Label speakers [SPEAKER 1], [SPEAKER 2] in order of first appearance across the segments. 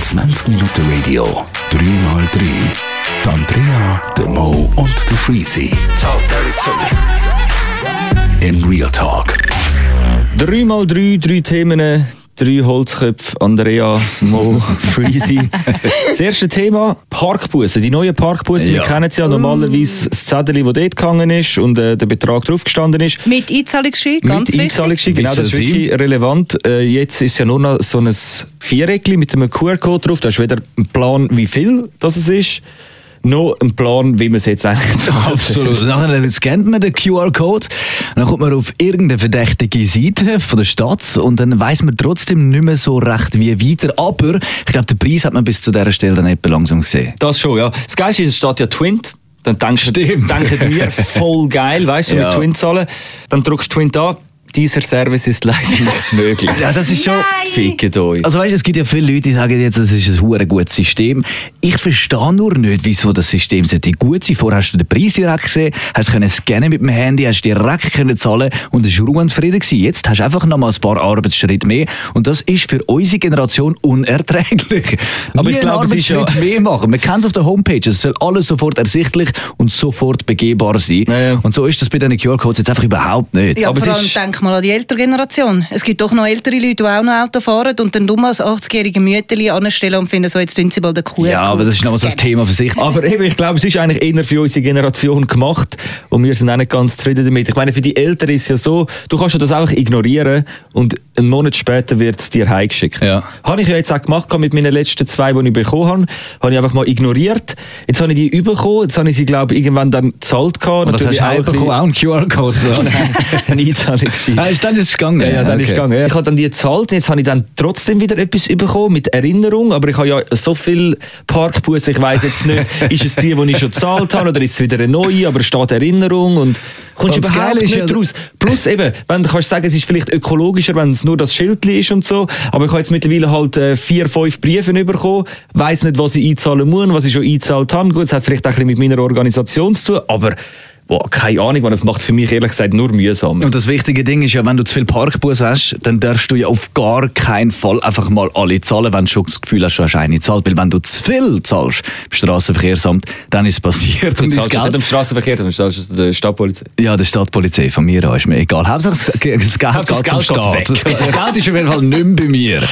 [SPEAKER 1] 20 Minuten Radio, 3x3. Die Andrea, der Mo und der Freezy. Im Real Talk.
[SPEAKER 2] 3x3, drei Themen, drei Holzköpfe, Andrea, Mo, Freezy. Das erste Thema, Parkbussen. Die neuen Parkbussen, wir
[SPEAKER 1] Ja.
[SPEAKER 2] kennen sie ja normalerweise das Zettel, das dort gegangen ist und äh, der Betrag draufgestanden ist.
[SPEAKER 3] Mit Einzahlungsschein,
[SPEAKER 2] mit
[SPEAKER 3] ganz wichtig.
[SPEAKER 2] Einzahlungsschein, genau, das ist
[SPEAKER 1] Wissen Sie?
[SPEAKER 2] wirklich relevant. Äh, jetzt ist ja nur noch so ein Viereckli mit einem QR-Code drauf. Da ist weder ein Plan, wie viel das es ist, noch ein Plan, wie man es jetzt eigentlich zahlt.
[SPEAKER 4] Absolut. Nachher scannt man den QR-Code, dann kommt man auf irgendeine verdächtige Seite von der Stadt und dann weiß man trotzdem nicht mehr so recht wie weiter. Aber ich glaube, den Preis hat man bis zu dieser Stelle dann etwa langsam gesehen.
[SPEAKER 2] Das schon, ja. Das Geilste ist, es steht ja Twint. Dann denkst,
[SPEAKER 4] Stimmt.
[SPEAKER 2] denken wir, voll geil, weißt du,
[SPEAKER 4] Ja.
[SPEAKER 2] mit Twint zahlen. Dann drückst du Twint an, dieser Service ist leider nicht möglich.
[SPEAKER 4] Ja, das ist schon.
[SPEAKER 2] Fickt euch.
[SPEAKER 4] Also weißt, du, es gibt ja viele Leute, die sagen jetzt, das ist ein hure gutes System. Ich verstehe nur nicht, wieso das System sollte gut sein. Vorher hast du den Preis direkt gesehen, hast können scannen mit dem Handy, hast direkt können zahlen und es war ruhend Jetzt hast du einfach noch mal ein paar Arbeitsschritte mehr und das ist für unsere Generation unerträglich.
[SPEAKER 2] Aber
[SPEAKER 4] Nie
[SPEAKER 2] ich glaube,
[SPEAKER 4] einen
[SPEAKER 2] es ist
[SPEAKER 4] Arbeitsschritt
[SPEAKER 2] ja-
[SPEAKER 4] mehr machen. Man kann es auf der Homepage, es soll alles sofort ersichtlich und sofort begehbar sein.
[SPEAKER 2] Ja, ja.
[SPEAKER 4] Und so ist das bei diesen QR-Codes jetzt einfach überhaupt nicht.
[SPEAKER 3] Ja,
[SPEAKER 2] Aber
[SPEAKER 3] vor
[SPEAKER 2] es
[SPEAKER 3] allem
[SPEAKER 2] ist-
[SPEAKER 3] denk mal an die ältere Generation. Es gibt doch noch ältere Leute, die auch noch Auto fahren und dann dumm als 80-jährige Mütterli anstellen und finden, so jetzt tun sie bald den QR.
[SPEAKER 4] Ja, aber das ist nochmal so ein Thema für sich.
[SPEAKER 2] Aber eben, ich glaube, es ist eigentlich eher für unsere Generation gemacht und wir sind auch nicht ganz zufrieden damit. Ich meine, für die Eltern ist es ja so, du kannst ja das einfach ignorieren und einen Monat später wird es dir heimgeschickt.
[SPEAKER 4] Ja.
[SPEAKER 2] Habe ich ja jetzt auch gemacht mit meinen letzten zwei, die ich bekommen habe. Habe ich einfach mal ignoriert. Jetzt habe ich die bekommen, jetzt habe ich sie, glaube ich, irgendwann dann gezahlt. gehabt.
[SPEAKER 4] Und das hast du
[SPEAKER 2] ein
[SPEAKER 4] heimbekommen, auch einen QR-Code.
[SPEAKER 2] bisschen- Ein Einzahlungsschein.
[SPEAKER 4] Ah, ist dann ist es gegangen.
[SPEAKER 2] Ja, ja, dann
[SPEAKER 4] Okay.
[SPEAKER 2] ist gegangen. ja. Ich habe dann die gezahlt und jetzt habe ich dann trotzdem wieder etwas bekommen mit Erinnerung, aber ich habe ja so viel Parkbusse, ich weiß jetzt nicht, ist es die, die ich schon gezahlt habe oder ist es wieder eine neue, aber steht Erinnerung und kommst
[SPEAKER 4] Und das
[SPEAKER 2] überhaupt
[SPEAKER 4] Geile ist
[SPEAKER 2] nicht
[SPEAKER 4] ja-
[SPEAKER 2] raus. Plus eben, wenn du kannst sagen, es ist vielleicht ökologischer, wenn es nur das Schildli ist und so, aber ich habe jetzt mittlerweile halt äh, vier, fünf Briefe bekommen, weiß nicht, was ich einzahlen muss, was ich schon eingezahlt habe. Gut, es hat vielleicht auch ein bisschen mit meiner Organisation zu tun, aber boah, keine Ahnung, man, das macht es für mich ehrlich gesagt nur mühsam.
[SPEAKER 4] Und das wichtige Ding ist ja, wenn du zu viel Parkbus hast, dann darfst du ja auf gar keinen Fall einfach mal alle zahlen, wenn du schon das Gefühl hast, du hast eine gezahlt. Weil wenn du zu viel zahlst im Straßenverkehrsamt, dann ist es passiert.
[SPEAKER 2] Du zahlst
[SPEAKER 4] Und das
[SPEAKER 2] es nicht
[SPEAKER 4] Geld,
[SPEAKER 2] dem Straßenverkehr, sondern zahlst es der Stadtpolizei.
[SPEAKER 4] ja, der Stadtpolizei von mir an ist mir egal. Hauptsache das Ge- das Geld
[SPEAKER 2] Hauptsache das
[SPEAKER 4] geht zum
[SPEAKER 2] Geld geht weg.
[SPEAKER 4] Staat. Das, Ge- das Geld ist auf jeden Fall nicht mehr bei mir.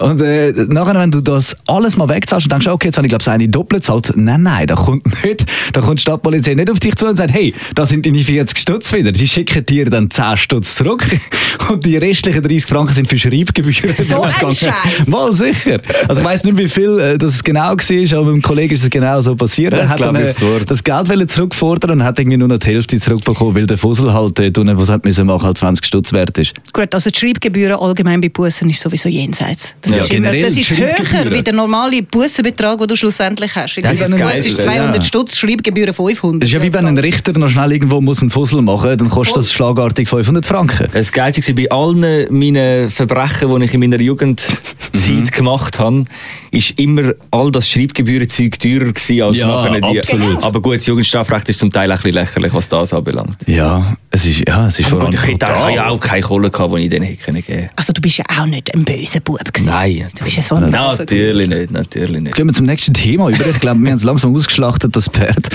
[SPEAKER 4] Und äh, nachher, wenn du das alles mal wegzahlst und denkst, okay, jetzt habe ich glaube ich eine doppelt gezahlt. Nein, nein, da kommt nicht, da kommt die Stadtpolizei nicht auf dich zu und sagt, hey, da sind deine 40 Stutz wieder. Sie schicken dir dann 10 Stutz zurück und die restlichen 30 Franken sind für Schreibgebühren.
[SPEAKER 3] So ein
[SPEAKER 4] draufgegangen.
[SPEAKER 3] Scheiß.
[SPEAKER 4] Mal sicher. Also ich weiss nicht, wie viel äh, das genau war, aber mit dem Kollegen ist es genau so passiert.
[SPEAKER 2] Das
[SPEAKER 4] Er hat
[SPEAKER 2] glaub
[SPEAKER 4] dann,
[SPEAKER 2] ich
[SPEAKER 4] äh,
[SPEAKER 2] absurd.
[SPEAKER 4] das Geld wollte zurückfordern und hat irgendwie nur noch die Hälfte zurückbekommen, weil der Fussel halt dort unten, was hat müssen machen, halt 20 Stutz wert ist.
[SPEAKER 3] Gut, also die Schreibgebühren allgemein bei Bussen ist sowieso jenseits. Das
[SPEAKER 4] Ja,
[SPEAKER 3] ist, immer,
[SPEAKER 4] generell
[SPEAKER 3] das ist
[SPEAKER 4] die Schreibgebühren.
[SPEAKER 3] höher wie der normale Bussenbetrag, den du schlussendlich hast.
[SPEAKER 2] Das ist
[SPEAKER 3] Bus
[SPEAKER 2] geil.
[SPEAKER 3] ist 200
[SPEAKER 4] Ja.
[SPEAKER 3] Stutz, Schreibgebühren 500.
[SPEAKER 4] Das ist ja wie wenn ein Richter noch schnell irgendwo muss einen Fussel machen muss, dann kostet das schlagartig 500 Franken.
[SPEAKER 2] Das Geilste war, bei allen meinen Verbrechen, die ich in meiner Jugendzeit Mhm. gemacht habe, ist immer all das Schreibgebührenzeug teurer gewesen als
[SPEAKER 4] Ja,
[SPEAKER 2] nachher die.
[SPEAKER 4] absolut.
[SPEAKER 2] Aber gut, das Jugendstrafrecht ist zum Teil auch ein bisschen lächerlich, was das anbelangt.
[SPEAKER 4] Ja, es ist, ja, es ist
[SPEAKER 2] Aber gut, ich hätte
[SPEAKER 4] brutal.
[SPEAKER 2] auch, ja auch keine Kohle gehabt, die ich denen hätte geben können.
[SPEAKER 3] also du bist ja auch nicht ein böser Bub gewesen.
[SPEAKER 2] Nein.
[SPEAKER 3] Du bist ja so ein braver gewesen.
[SPEAKER 2] Natürlich nicht, natürlich nicht.
[SPEAKER 4] Gehen wir zum nächsten Thema über. Ich glaube, wir haben es langsam ausgeschlachtet, das Pferd.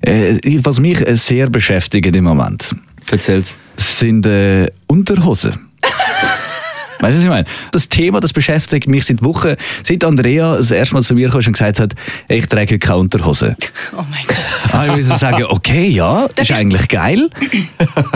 [SPEAKER 4] Äh, was mich äh, sehr beschäftigt im Moment,
[SPEAKER 2] Erzähl's.
[SPEAKER 4] sind äh, Unterhosen. Weißt du, was ich meine? Das Thema, das beschäftigt mich seit Wochen, seit Andrea das erste Mal zu mir kam und gesagt hat, «Ey, ich trage heute keine Unterhosen.
[SPEAKER 3] Oh mein Gott.
[SPEAKER 4] Ah, ich muss sagen, okay, ja, ist eigentlich geil.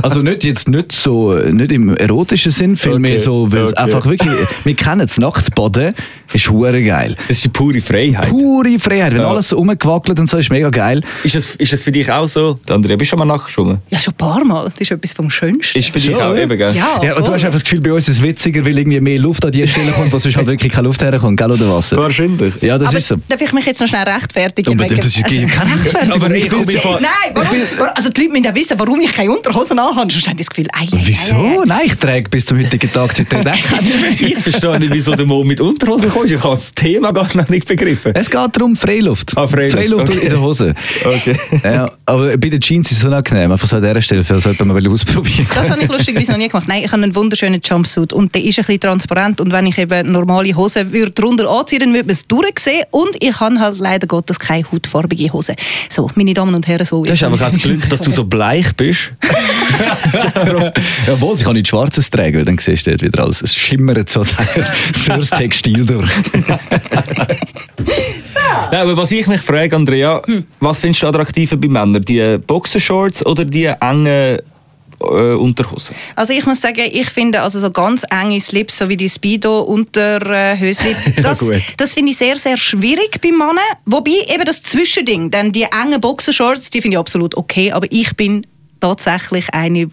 [SPEAKER 4] Also nicht jetzt nicht so, nicht im erotischen Sinn, vielmehr
[SPEAKER 2] Okay,
[SPEAKER 4] so, weil es
[SPEAKER 2] okay.
[SPEAKER 4] einfach wirklich, wir kennen es, Nachtbaden ist hure geil.
[SPEAKER 2] Das ist die pure Freiheit.
[SPEAKER 4] Pure Freiheit, wenn
[SPEAKER 2] Ja.
[SPEAKER 4] alles so rumgewackelt und so, ist mega geil.
[SPEAKER 2] Ist das, ist das für dich auch so? Andrea, bist du schon mal nachgeschwommen?
[SPEAKER 3] Ja, schon ein paar Mal. Das ist etwas vom Schönsten.
[SPEAKER 2] Ist für
[SPEAKER 4] Schon,
[SPEAKER 2] dich auch
[SPEAKER 4] ja.
[SPEAKER 2] eben, gell?
[SPEAKER 3] Ja,
[SPEAKER 4] Ja, und du
[SPEAKER 3] voll.
[SPEAKER 4] hast einfach das Gefühl, bei uns ist es witziger, weil irgendwie mehr Luft an die Stelle kommt, wo sonst halt wirklich keine Luft herkommt, gell, oder was?
[SPEAKER 2] Wahrscheinlich.
[SPEAKER 4] Ja, das
[SPEAKER 3] aber
[SPEAKER 4] ist so.
[SPEAKER 3] darf ich mich jetzt noch schnell rechtfertigen?
[SPEAKER 4] Unbedingt,
[SPEAKER 3] Wegen-
[SPEAKER 4] das ist
[SPEAKER 3] also-
[SPEAKER 4] keine Rechtfertigung.
[SPEAKER 2] Aber ich komme
[SPEAKER 4] will's-
[SPEAKER 2] von-
[SPEAKER 3] Nein, warum? Also die Leute müssen ja wissen, warum ich keine Unterhosen anhabe. Sonst haben die das Gefühl, ei, ei, ei,
[SPEAKER 4] Wieso?
[SPEAKER 3] ei.
[SPEAKER 4] Äh, Nein, ich trage bis zum heutigen Tag seitdem keine mehr.
[SPEAKER 2] Ich verstehe nicht, wieso du mal mit Unterhosen kommst. Ich habe das Thema gar noch nicht begriffen.
[SPEAKER 4] Es geht darum, Freiluft.
[SPEAKER 2] Ah, Freiluft, okay.
[SPEAKER 4] in der Hose.
[SPEAKER 2] Okay.
[SPEAKER 4] Ja, aber bei den Jeans ist es unangenehm. Einfach so an dieser Stelle, vielleicht sollte man mal ausprobieren.
[SPEAKER 3] Also- Das habe ich lustigerweise noch nie gemacht. Nein, ich habe einen wunderschönen Jumpsuit und der ist ein bisschen transparent und wenn ich eben normale Hosen würde drunter anziehen, dann würde man es durchsehen und ich habe halt leider Gottes keine hautfarbige Hose. So, meine Damen und Herren, so
[SPEAKER 2] Du hast einfach das Glück, dass du so bleich bist.
[SPEAKER 4] Jawohl, sie kann nicht Schwarzes tragen, weil dann siehst du dort wieder alles. Es schimmert so durchs Textil durch.
[SPEAKER 2] Nein, aber was ich mich frage, Andrea,
[SPEAKER 3] Hm.
[SPEAKER 2] was findest du attraktiver bei Männern? Die Boxershorts oder die engen äh, Unterhosen?
[SPEAKER 3] Also ich muss sagen, ich finde also so ganz enge Slips, so wie die Speedo unter äh, Hösli, das,
[SPEAKER 2] gut.
[SPEAKER 3] das finde ich sehr, sehr schwierig bei Männern. Wobei eben das Zwischending, denn die engen Boxershorts, die finde ich absolut okay, aber ich bin tatsächlich eine, die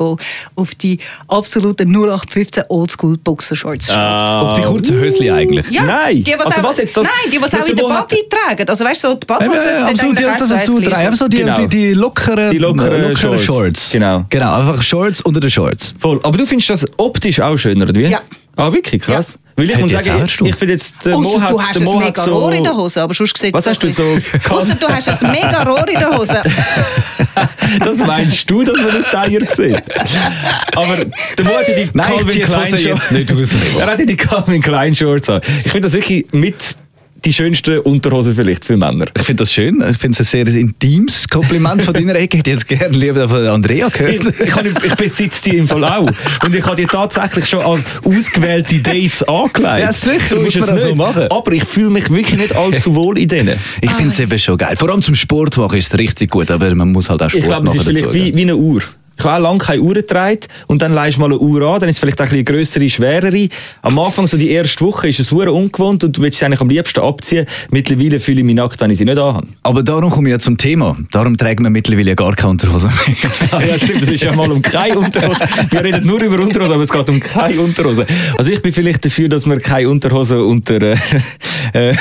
[SPEAKER 3] auf die absoluten 0815 Oldschool Boxershorts steht.
[SPEAKER 4] Auf die kurzen Hösli eigentlich.
[SPEAKER 3] Ja,
[SPEAKER 2] Ah. Nein.
[SPEAKER 3] Die, was
[SPEAKER 2] Also
[SPEAKER 3] auch,
[SPEAKER 2] was jetzt das-
[SPEAKER 3] nein, die, was
[SPEAKER 2] Mit
[SPEAKER 3] auch
[SPEAKER 2] der
[SPEAKER 3] in der
[SPEAKER 2] Wo hat-
[SPEAKER 3] Body tragen. Also weißt du, so die Badhose
[SPEAKER 4] Eben,
[SPEAKER 3] sieht
[SPEAKER 4] absolut,
[SPEAKER 3] eigentlich
[SPEAKER 4] ja,
[SPEAKER 3] eins
[SPEAKER 4] das
[SPEAKER 3] zu
[SPEAKER 4] hast du
[SPEAKER 3] eins
[SPEAKER 4] drei.
[SPEAKER 3] gleich
[SPEAKER 4] Eben
[SPEAKER 3] aus.
[SPEAKER 4] so die,
[SPEAKER 2] Genau.
[SPEAKER 4] die, die lockeren,
[SPEAKER 2] Die lockeren Shorts. Genau.
[SPEAKER 4] Genau. Genau, einfach Shorts unter den Shorts.
[SPEAKER 2] Voll. Aber du findest das optisch auch schöner, oder wie?
[SPEAKER 3] Ja.
[SPEAKER 2] Ah, wirklich? Krass. Weil ich
[SPEAKER 4] Hätte
[SPEAKER 2] muss
[SPEAKER 4] jetzt
[SPEAKER 2] sagen,
[SPEAKER 4] auch
[SPEAKER 2] ich,
[SPEAKER 4] Stuhl.
[SPEAKER 2] ich finde jetzt, der Mo
[SPEAKER 3] Ausser
[SPEAKER 2] hat,
[SPEAKER 3] du hast
[SPEAKER 2] der Mo
[SPEAKER 3] ein
[SPEAKER 2] hat
[SPEAKER 3] mega
[SPEAKER 2] so...
[SPEAKER 3] Rohr in der Hose, aber sonst sieht
[SPEAKER 2] Was hast du so
[SPEAKER 3] Ausser du hast ein mega Rohr in der Hose.
[SPEAKER 2] Das
[SPEAKER 4] Also-
[SPEAKER 2] meinst du, dass man nicht Teier sieht? Aber der Mo hat ja die
[SPEAKER 4] Nein, ich
[SPEAKER 2] Calvin
[SPEAKER 4] zieh die
[SPEAKER 2] Klein
[SPEAKER 4] Hose
[SPEAKER 2] Shorts.
[SPEAKER 4] jetzt nicht aus.
[SPEAKER 2] Er hat ja die Calvin Klein Shorts an. Ich finde das wirklich mit die schönste Unterhose vielleicht für Männer.
[SPEAKER 4] Ich finde das schön. Ich finde es ein sehr intimes Kompliment von deiner Ecke. Ich hätte jetzt gerne lieber von Andrea
[SPEAKER 2] Ich,
[SPEAKER 4] gehört.
[SPEAKER 2] ich, kann, nicht- ich besitze die im Fall auch. Und ich habe die tatsächlich schon als ausgewählte Dates angelegt.
[SPEAKER 4] Ja, sicher,
[SPEAKER 2] so
[SPEAKER 4] muss
[SPEAKER 2] ist es
[SPEAKER 4] man das so
[SPEAKER 2] nicht.
[SPEAKER 4] machen.
[SPEAKER 2] Aber ich fühle mich wirklich nicht allzu wohl in denen.
[SPEAKER 4] Ich finde es eben schon geil. Vor allem zum Sport machen ist es richtig gut, aber man muss halt auch Sport
[SPEAKER 2] Ich glaube, es
[SPEAKER 4] machen.
[SPEAKER 2] ist vielleicht
[SPEAKER 4] dazu,
[SPEAKER 2] wie,
[SPEAKER 4] gell?
[SPEAKER 2] wie eine Uhr. Ich habe auch lange keine Uhr getragen und dann leihst du mal eine Uhr an, dann ist es vielleicht auch ein bisschen grössere, schwerere. Am Anfang, so die erste Woche, ist es sehr ungewohnt und du willst sie eigentlich am liebsten abziehen. Mittlerweile fühle ich mich nackt, wenn ich sie nicht anhabe.
[SPEAKER 4] aber darum komme ich ja zum Thema. Darum trägt man mittlerweile gar keine Unterhose mehr.
[SPEAKER 2] Ah, ja, stimmt, es ist ja mal um keine Unterhose. Wir reden nur über Unterhose, aber es geht um keine Unterhose. Also ich bin vielleicht dafür, dass man keine Unterhose unter äh, äh,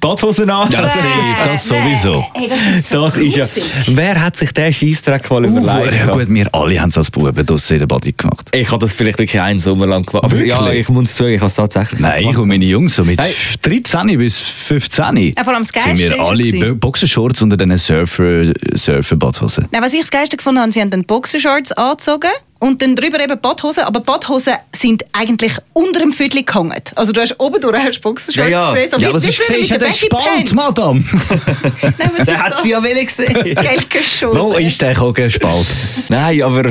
[SPEAKER 2] Badhosen an.
[SPEAKER 4] Ja, safe, das sowieso.
[SPEAKER 3] Äh, Hey, das so
[SPEAKER 2] Das ist ja.
[SPEAKER 3] grusig.
[SPEAKER 2] Wer hat sich diesen Scheissdreck mal überlegt?
[SPEAKER 4] Uh, ja gut, wir alle haben es als Buben draussen in der Body gemacht.
[SPEAKER 2] Ich habe das vielleicht wirklich einen Sommer lang gemacht. Aber ja,
[SPEAKER 4] Wirklich?
[SPEAKER 2] ich muss es zugeben, ich habe es tatsächlich
[SPEAKER 4] Nein, ich
[SPEAKER 2] gemacht.
[SPEAKER 4] und meine Jungs, so mit
[SPEAKER 2] Hey.
[SPEAKER 4] 13 bis 15
[SPEAKER 3] Ja, vor allem das
[SPEAKER 4] sind
[SPEAKER 3] Geilste
[SPEAKER 4] wir
[SPEAKER 3] war
[SPEAKER 4] alle
[SPEAKER 3] ja gewesen.
[SPEAKER 4] Bo- Boxershorts unter diesen Surfer, Surfer-Badhosen.
[SPEAKER 3] Nein, was ich das Geilste gefunden habe, sie haben dann Boxershorts angezogen und dann drüber eben Badhosen, aber Badhosen sind eigentlich unter dem Viertel gehangen. Also du hast oben durch hast Boxershorts
[SPEAKER 2] Ja, ja.
[SPEAKER 3] gesehen, so
[SPEAKER 4] ja,
[SPEAKER 3] wie-
[SPEAKER 4] was
[SPEAKER 3] wie
[SPEAKER 4] ich
[SPEAKER 3] früher
[SPEAKER 4] gesehen
[SPEAKER 3] mit
[SPEAKER 4] habe,
[SPEAKER 3] den
[SPEAKER 4] das
[SPEAKER 3] Baggy
[SPEAKER 4] Spalt,
[SPEAKER 3] Pants.
[SPEAKER 4] Madame.
[SPEAKER 3] Nein, aber es
[SPEAKER 2] Der hat
[SPEAKER 3] ist
[SPEAKER 2] sie
[SPEAKER 3] so
[SPEAKER 2] ja will gesehen.
[SPEAKER 3] Geld geschossen.
[SPEAKER 4] Wo ist der Kogenspalt?
[SPEAKER 2] Nein, aber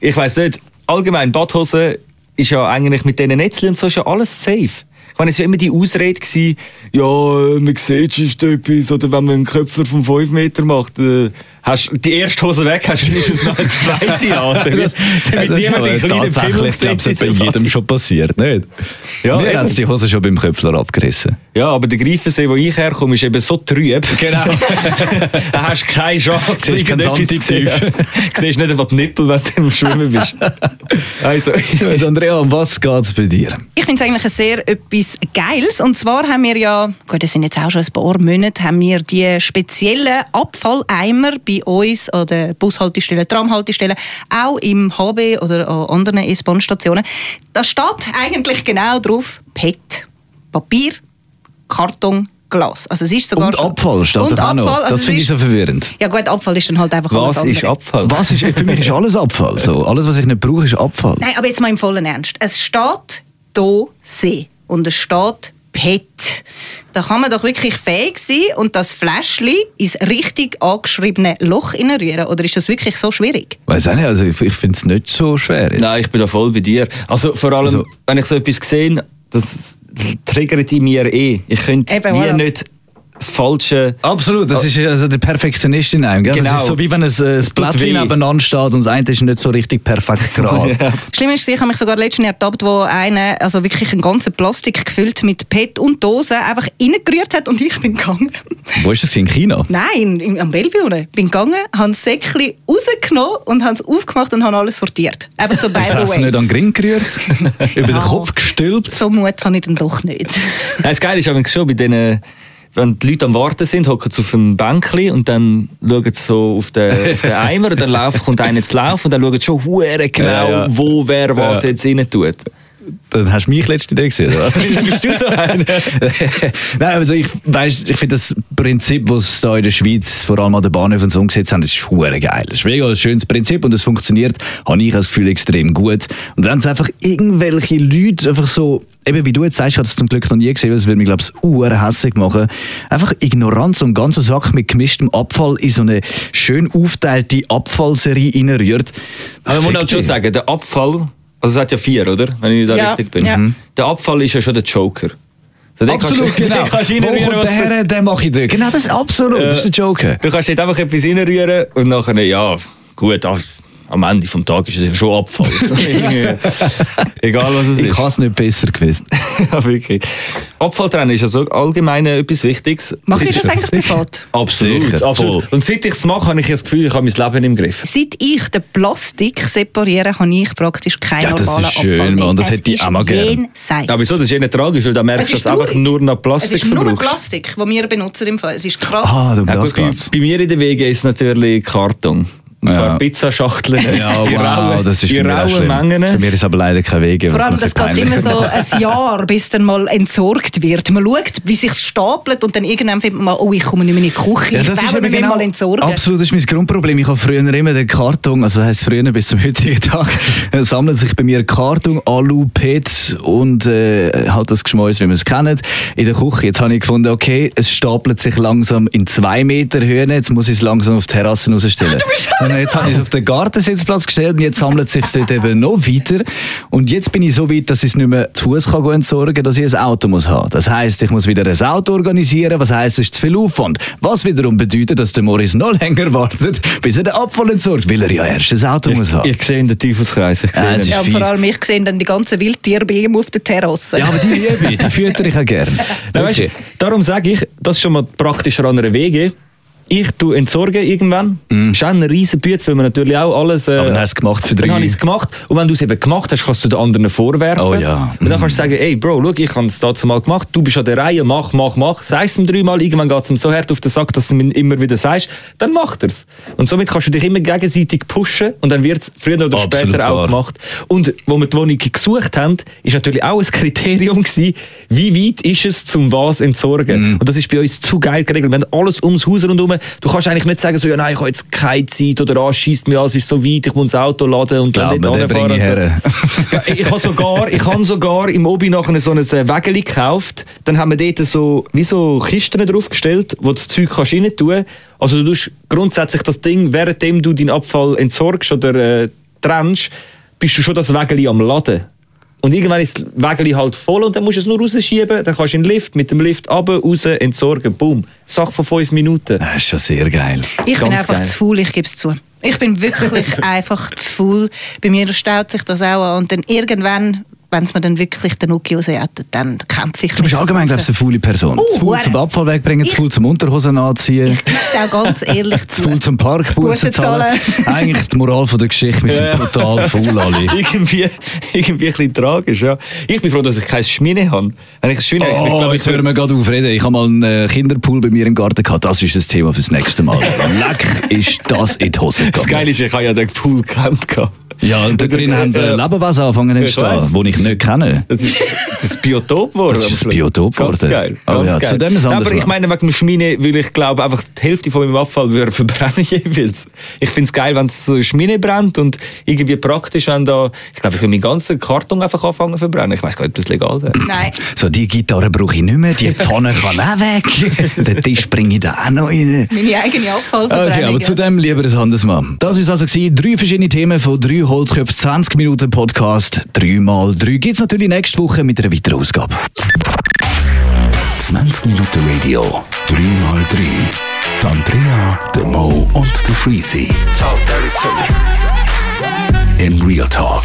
[SPEAKER 2] ich weiß nicht. Allgemein, Badhosen ist ja eigentlich mit diesen Netzchen und so ist ja alles safe. Ich meine, es war ja immer die Ausrede, gewesen, ja, äh, man sieht, es ist etwas, oder wenn man einen Köpfler von 5 Meter macht, äh, hast du die erste Hose weg, hast du mindestens noch eine zweite an. Damit, damit niemand den kleinen Pimmel
[SPEAKER 4] Tatsächlich,
[SPEAKER 2] sieht.
[SPEAKER 4] glaube ich, bei
[SPEAKER 2] in der
[SPEAKER 4] jedem
[SPEAKER 2] Badhose.
[SPEAKER 4] schon passiert, nicht?
[SPEAKER 2] Ja,
[SPEAKER 4] Mir
[SPEAKER 2] eben.
[SPEAKER 4] hat die Hose schon beim Köpfler abgerissen.
[SPEAKER 2] Ja, aber der Greifensee, wo ich herkomme, ist eben so trüb.
[SPEAKER 4] Genau.
[SPEAKER 2] da hast du keine Chance,
[SPEAKER 4] Siehst keinen
[SPEAKER 2] irgendetwas zu sehen.
[SPEAKER 4] Sandtief.
[SPEAKER 2] Du siehst nicht einmal die Nippel, wenn du im Schwimmen bist. Also,
[SPEAKER 4] Gut, Andrea, um was geht es bei dir?
[SPEAKER 3] Ich finde es eigentlich ein sehr etwas Geiles. Und zwar haben wir ja, gut, das sind jetzt auch schon ein paar Monate, haben wir die speziellen Abfalleimer bei uns an den Bushaltestellen, Tramhaltestellen, auch im HB oder an anderen S-Bahn-Stationen. Da steht eigentlich genau drauf PET. Papier, Karton, Glas. Also es ist sogar
[SPEAKER 4] Und
[SPEAKER 3] schon-
[SPEAKER 4] Abfall steht
[SPEAKER 3] Und
[SPEAKER 4] doch auch noch.
[SPEAKER 3] Abfall, also
[SPEAKER 4] das
[SPEAKER 3] es
[SPEAKER 4] finde ich
[SPEAKER 3] ist-
[SPEAKER 4] so verwirrend.
[SPEAKER 3] Ja gut, Abfall ist dann halt einfach alles
[SPEAKER 2] was
[SPEAKER 3] andere.
[SPEAKER 2] ist Abfall?
[SPEAKER 4] Was ist, für mich ist alles Abfall. So, alles, was ich nicht brauche, ist Abfall.
[SPEAKER 3] Nein, aber jetzt mal im vollen Ernst. Es steht do See und es steht PET. Da kann man doch wirklich fähig sein und das Fläschchen ins richtig angeschriebene Loch reinrühren. Oder ist das wirklich so schwierig?
[SPEAKER 4] Weiß auch nicht, also ich, ich finde es nicht so schwer. Jetzt.
[SPEAKER 2] Nein, ich bin da voll bei dir. Also vor allem,
[SPEAKER 4] Also-
[SPEAKER 2] wenn ich so etwas sehe, das, das triggert in mir eh. Ich könnte
[SPEAKER 3] Eben,
[SPEAKER 2] wie
[SPEAKER 3] voilà.
[SPEAKER 2] nicht das Falsche...
[SPEAKER 4] Absolut, das ist also der Perfektionist in einem. Gell?
[SPEAKER 2] Oh. Genau.
[SPEAKER 4] Das ist so wie wenn ein, äh, ein Blättchen
[SPEAKER 2] weh.
[SPEAKER 4] nebeneinander steht und das eine ist nicht so richtig perfekt gerade.
[SPEAKER 3] Das Schlimme ist, ich habe mich sogar letztens ertappt, wo einer also wirklich einen ganzen Plastik gefüllt mit PET und Dosen einfach reingerührt hat und ich bin gegangen.
[SPEAKER 4] Wo ist das in China?
[SPEAKER 3] Nein, in, am Belviore. Bin gegangen, habe das Säckchen rausgenommen und habe es aufgemacht und habe alles sortiert. Eben so by
[SPEAKER 4] Hast du
[SPEAKER 3] the
[SPEAKER 4] das nicht
[SPEAKER 3] way.
[SPEAKER 4] an den Grind gerührt? Über den
[SPEAKER 3] Ja.
[SPEAKER 4] Kopf gestülpt?
[SPEAKER 3] So Mut habe ich dann doch nicht.
[SPEAKER 2] Nein, das Geile ist aber schon bei denen... Wenn die Leute am Warten sind, hocken sie auf dem Bänkli und dann schauen sie so auf den, auf den Eimer und dann laufen, kommt einer zu laufen und dann schauen sie schon hure genau,
[SPEAKER 4] Ja, ja.
[SPEAKER 2] wo wer was
[SPEAKER 4] Ja.
[SPEAKER 2] jetzt rein tut.
[SPEAKER 4] Dann hast du mich letzte Tag gesehen, oder?
[SPEAKER 2] Bist du so einer?
[SPEAKER 4] Nein, also ich, weißt, ich finde das Prinzip, was es da in der Schweiz vor allem an den Bahnhöfen so umgesetzt haben, das ist hure geil. Das ist mega ein schönes Prinzip und es funktioniert, habe ich das Gefühl, extrem gut. Und wenn es einfach irgendwelche Leute einfach so, eben wie du jetzt sagst, ich habe das zum Glück noch nie gesehen, weil es würde mich, glaube ich, urhässig machen, einfach Ignoranz und ganzen Sack mit gemischtem Abfall in so eine schön aufteilte Abfallserie reinrührt.
[SPEAKER 2] Aber man muss halt schon sagen, der Abfall, also es hat ja vier, oder? Wenn ich da
[SPEAKER 3] Ja,
[SPEAKER 2] richtig bin.
[SPEAKER 3] ja. Mhm.
[SPEAKER 2] Der Abfall ist ja schon der Joker. Also den
[SPEAKER 4] Absolut,
[SPEAKER 2] kannst, du-
[SPEAKER 4] genau.
[SPEAKER 2] Den kannst du reinrühren,
[SPEAKER 4] Wo kommt
[SPEAKER 2] was
[SPEAKER 4] der
[SPEAKER 2] du-
[SPEAKER 4] her? Den mache ich dort. Genau, das ist absolut. das ist der Joker.
[SPEAKER 2] Du kannst nicht einfach etwas reinrühren und nachher, ja, gut, ah, am Ende des Tages ist es ja schon Abfall. Egal was es
[SPEAKER 4] Ich
[SPEAKER 2] ist.
[SPEAKER 4] habe es nicht besser gewusst.
[SPEAKER 2] ja, wirklich. Abfall trennen ist ja so allgemein äh, etwas Wichtiges.
[SPEAKER 3] Machst du das eigentlich privat?
[SPEAKER 2] Absolut,
[SPEAKER 4] Sicher,
[SPEAKER 2] absolut.
[SPEAKER 4] voll.
[SPEAKER 2] Und seit ich es mache, habe ich ja das Gefühl, ich habe mein Leben im Griff.
[SPEAKER 3] Seit ich den Plastik separiere, habe ich praktisch keinen
[SPEAKER 4] Ja, das ist
[SPEAKER 3] normalen
[SPEAKER 4] schön,
[SPEAKER 3] Abfall mehr.
[SPEAKER 4] Mann, das hätte ich auch mal gern.
[SPEAKER 3] jenseits.
[SPEAKER 2] Aber wieso? Das ist ja nicht tragisch, weil da merkst du, dass du einfach
[SPEAKER 3] traurig.
[SPEAKER 2] nur noch Plastik
[SPEAKER 3] Es ist nur
[SPEAKER 2] verbrauchst.
[SPEAKER 3] Plastik, das wir benutzen im Fall. Es ist krass.
[SPEAKER 4] Ah, du
[SPEAKER 2] Ja,
[SPEAKER 4] das
[SPEAKER 2] gut, bei,
[SPEAKER 4] geht's.
[SPEAKER 2] bei mir in der Wege ist natürlich Karton. Und
[SPEAKER 4] Ja.
[SPEAKER 2] zwar Pizzaschachteln.
[SPEAKER 4] Ja,
[SPEAKER 2] in
[SPEAKER 4] wow,
[SPEAKER 2] rauen-
[SPEAKER 4] Genau, das ist
[SPEAKER 2] in
[SPEAKER 4] für mich auch
[SPEAKER 2] rauen
[SPEAKER 4] schlimm. Für
[SPEAKER 2] Mengen.
[SPEAKER 4] mich ist aber leider kein Weg.
[SPEAKER 3] Vor allem, das geht immer so ein Jahr, bis dann mal entsorgt wird. Man schaut, wie sich stapelt und dann irgendwann findet man, oh, ich komme nicht mehr in die Küche,
[SPEAKER 4] Ja,
[SPEAKER 3] ich
[SPEAKER 4] das ist
[SPEAKER 3] will
[SPEAKER 4] eben
[SPEAKER 3] nicht mehr
[SPEAKER 4] genau,
[SPEAKER 3] mal entsorgen.
[SPEAKER 4] absolut, das ist mein Grundproblem. Ich habe früher immer den Karton, also das heisst früher bis zum heutigen Tag, äh, sammeln sich bei mir Karton, Alu, Pets und äh, halt das Geschmäus, wie wir es kennen, in der Küche. Jetzt habe ich gefunden, okay, es stapelt sich langsam in zwei Meter Höhe, jetzt muss ich es langsam auf die Terrasse rausstellen. Und jetzt habe ich es auf den Gartensitzplatz gestellt und jetzt sammelt es sich dort eben noch weiter. Und jetzt bin ich so weit, dass ich es nicht mehr zu Fuß kann gehen entsorgen kann, dass ich ein Auto muss haben Das heisst, ich muss wieder ein Auto organisieren, was heisst, es ist zu viel Aufwand. Was wiederum bedeutet, dass der Morris noch länger wartet, bis er den Abfall entsorgt, weil er ja erst ein Auto muss haben.
[SPEAKER 2] Ich sehe den Teufelskreis. Ich sehe
[SPEAKER 4] Ja, es
[SPEAKER 2] ihn.
[SPEAKER 4] ist
[SPEAKER 3] ja,
[SPEAKER 4] fies.
[SPEAKER 3] vor allem ich sehe dann die ganzen Wildtiere bei ihm auf der Terrasse.
[SPEAKER 4] Ja, aber die Liebe, die fütter ich auch gerne.
[SPEAKER 2] Nein, weißt, du, darum sage ich, das ist schon mal praktischer an einer Wege. Ich tue entsorge irgendwann. Das ist auch ein riesen Bütz, weil man natürlich auch alles... Äh,
[SPEAKER 4] Mhm. Aber dann hast du es gemacht für
[SPEAKER 2] Dann
[SPEAKER 4] drei.
[SPEAKER 2] habe ich es gemacht. Und wenn du es eben gemacht hast, kannst du den anderen vorwerfen.
[SPEAKER 4] Oh ja.
[SPEAKER 2] Und dann kannst du sagen, ey Bro, schau, ich habe es dazu mal gemacht, du bist an der Reihe, mach, mach, mach. Sagst es ihm dreimal, irgendwann geht es ihm so hart auf den Sack, dass du ihm immer wieder sagst, dann macht er es. Und somit kannst du dich immer gegenseitig pushen und dann wird es früher oder
[SPEAKER 4] Absolut
[SPEAKER 2] später auch
[SPEAKER 4] wahr.
[SPEAKER 2] gemacht. Und wo wir die Wohnung gesucht haben, ist natürlich auch ein Kriterium gewesen, wie weit ist es zum was entsorgen.
[SPEAKER 4] Mhm.
[SPEAKER 2] Und das ist bei uns zu geil geregelt. Wir haben alles ums Haus rundherum. Du kannst eigentlich nicht sagen, so, ja nein, ich habe jetzt keine Zeit oder ah, schiesst mir an, es ist so weit, ich muss das Auto laden und
[SPEAKER 4] Glaub
[SPEAKER 2] dann dort
[SPEAKER 4] mir, den
[SPEAKER 2] anfahren.
[SPEAKER 4] bringe ich
[SPEAKER 2] und so. ja, ich habe sogar, ich habe sogar im Obi nachher so ein äh, Wägeli gekauft. Dann haben wir dort so, wie so Kisten draufgestellt, wo du das Zeug kannst rein tun Also du tust grundsätzlich das Ding, währenddem du deinen Abfall entsorgst oder äh, trennst, bist du schon das Wägeli am Laden. Und irgendwann ist das Wägeli halt voll und dann musst du es nur rausschieben, dann kannst du in den Lift, mit dem Lift runter, raus, entsorgen, boom. Sache von fünf Minuten.
[SPEAKER 4] Das Ah, ist schon sehr geil.
[SPEAKER 3] Ich bin
[SPEAKER 2] Ganz
[SPEAKER 3] einfach
[SPEAKER 2] geil.
[SPEAKER 3] zu faul, ich gebe es zu. Ich bin wirklich einfach zu faul. Bei mir staut sich das auch an. Und dann irgendwann, wenn es mir dann wirklich den Nuki rausjätet, dann kämpfe ich
[SPEAKER 4] Du bist allgemein, glaube ich, eine faule
[SPEAKER 2] Oh,
[SPEAKER 4] Person.
[SPEAKER 3] Uh,
[SPEAKER 4] zu viel
[SPEAKER 3] Hure.
[SPEAKER 4] zum Abfall wegbringen, zu viel zum Unterhosen anziehen.
[SPEAKER 3] Ich gebe es auch ganz ehrlich
[SPEAKER 4] Zu
[SPEAKER 3] zu.
[SPEAKER 4] faul zum Parkbussen
[SPEAKER 3] Bussen
[SPEAKER 4] zahlen.
[SPEAKER 3] zahlen.
[SPEAKER 4] Eigentlich die Moral von der Geschichte, wir sind brutal faul alle.
[SPEAKER 2] irgendwie, irgendwie ein bisschen tragisch, ja. Ich bin froh, dass ich kein Schmine habe. Wenn ich ein Schmine habe, ich
[SPEAKER 4] Oh,
[SPEAKER 2] glaub, ich
[SPEAKER 4] jetzt hören wir gerade auf reden. Ich habe mal einen äh, Kinderpool bei mir im Garten gehabt. Das ist das Thema fürs nächste Mal. Leck ist das in die Hose gegangen.
[SPEAKER 2] Das Geile ist, ich habe ja den Pool gekannt. gehabt.
[SPEAKER 4] Ja, und da drin haben äh, Lebewesen angefangen zu
[SPEAKER 2] ich weiss.
[SPEAKER 4] entstehen, die ich nicht kenne.
[SPEAKER 2] Das ist das Biotop geworden.
[SPEAKER 4] Das ist das Biotop
[SPEAKER 2] Ganz
[SPEAKER 4] geworden.
[SPEAKER 2] geil.
[SPEAKER 4] Oh
[SPEAKER 2] Ganz
[SPEAKER 4] ja,
[SPEAKER 2] geil.
[SPEAKER 4] zu dem ist
[SPEAKER 2] Nein,
[SPEAKER 4] anders
[SPEAKER 2] Aber ich
[SPEAKER 4] noch.
[SPEAKER 2] meine, wegen dem Schmine, weil ich glaube, einfach die Hälfte von meinem Abfall würde verbrennen jeweils. Ich finde es geil, wenn es so Schmine brennt und irgendwie praktisch, wenn da, ich glaube, ich würde meinen ganzen Karton einfach anfangen zu verbrennen. Ich weiß gar nicht, ob das legal wäre.
[SPEAKER 3] Nein.
[SPEAKER 4] So, die Gitarre brauche ich nicht mehr, die Pfanne kann auch weg. Den Tisch bringe ich da auch noch rein.
[SPEAKER 3] Meine eigene Abfallverbrennung.
[SPEAKER 4] Okay, aber
[SPEAKER 3] ja.
[SPEAKER 4] zu dem lieber ein Handelsmann. Das war also gewesen, drei verschiedene Themen von drei Holzköpfen, 20 Minuten Podcast, 3x3. Gibt es natürlich nächste Woche mit einer weiteren Ausgabe.
[SPEAKER 1] 20 Minuten Radio, 3x3. Die Andrea, der Mo und der Freezy. In Real Talk.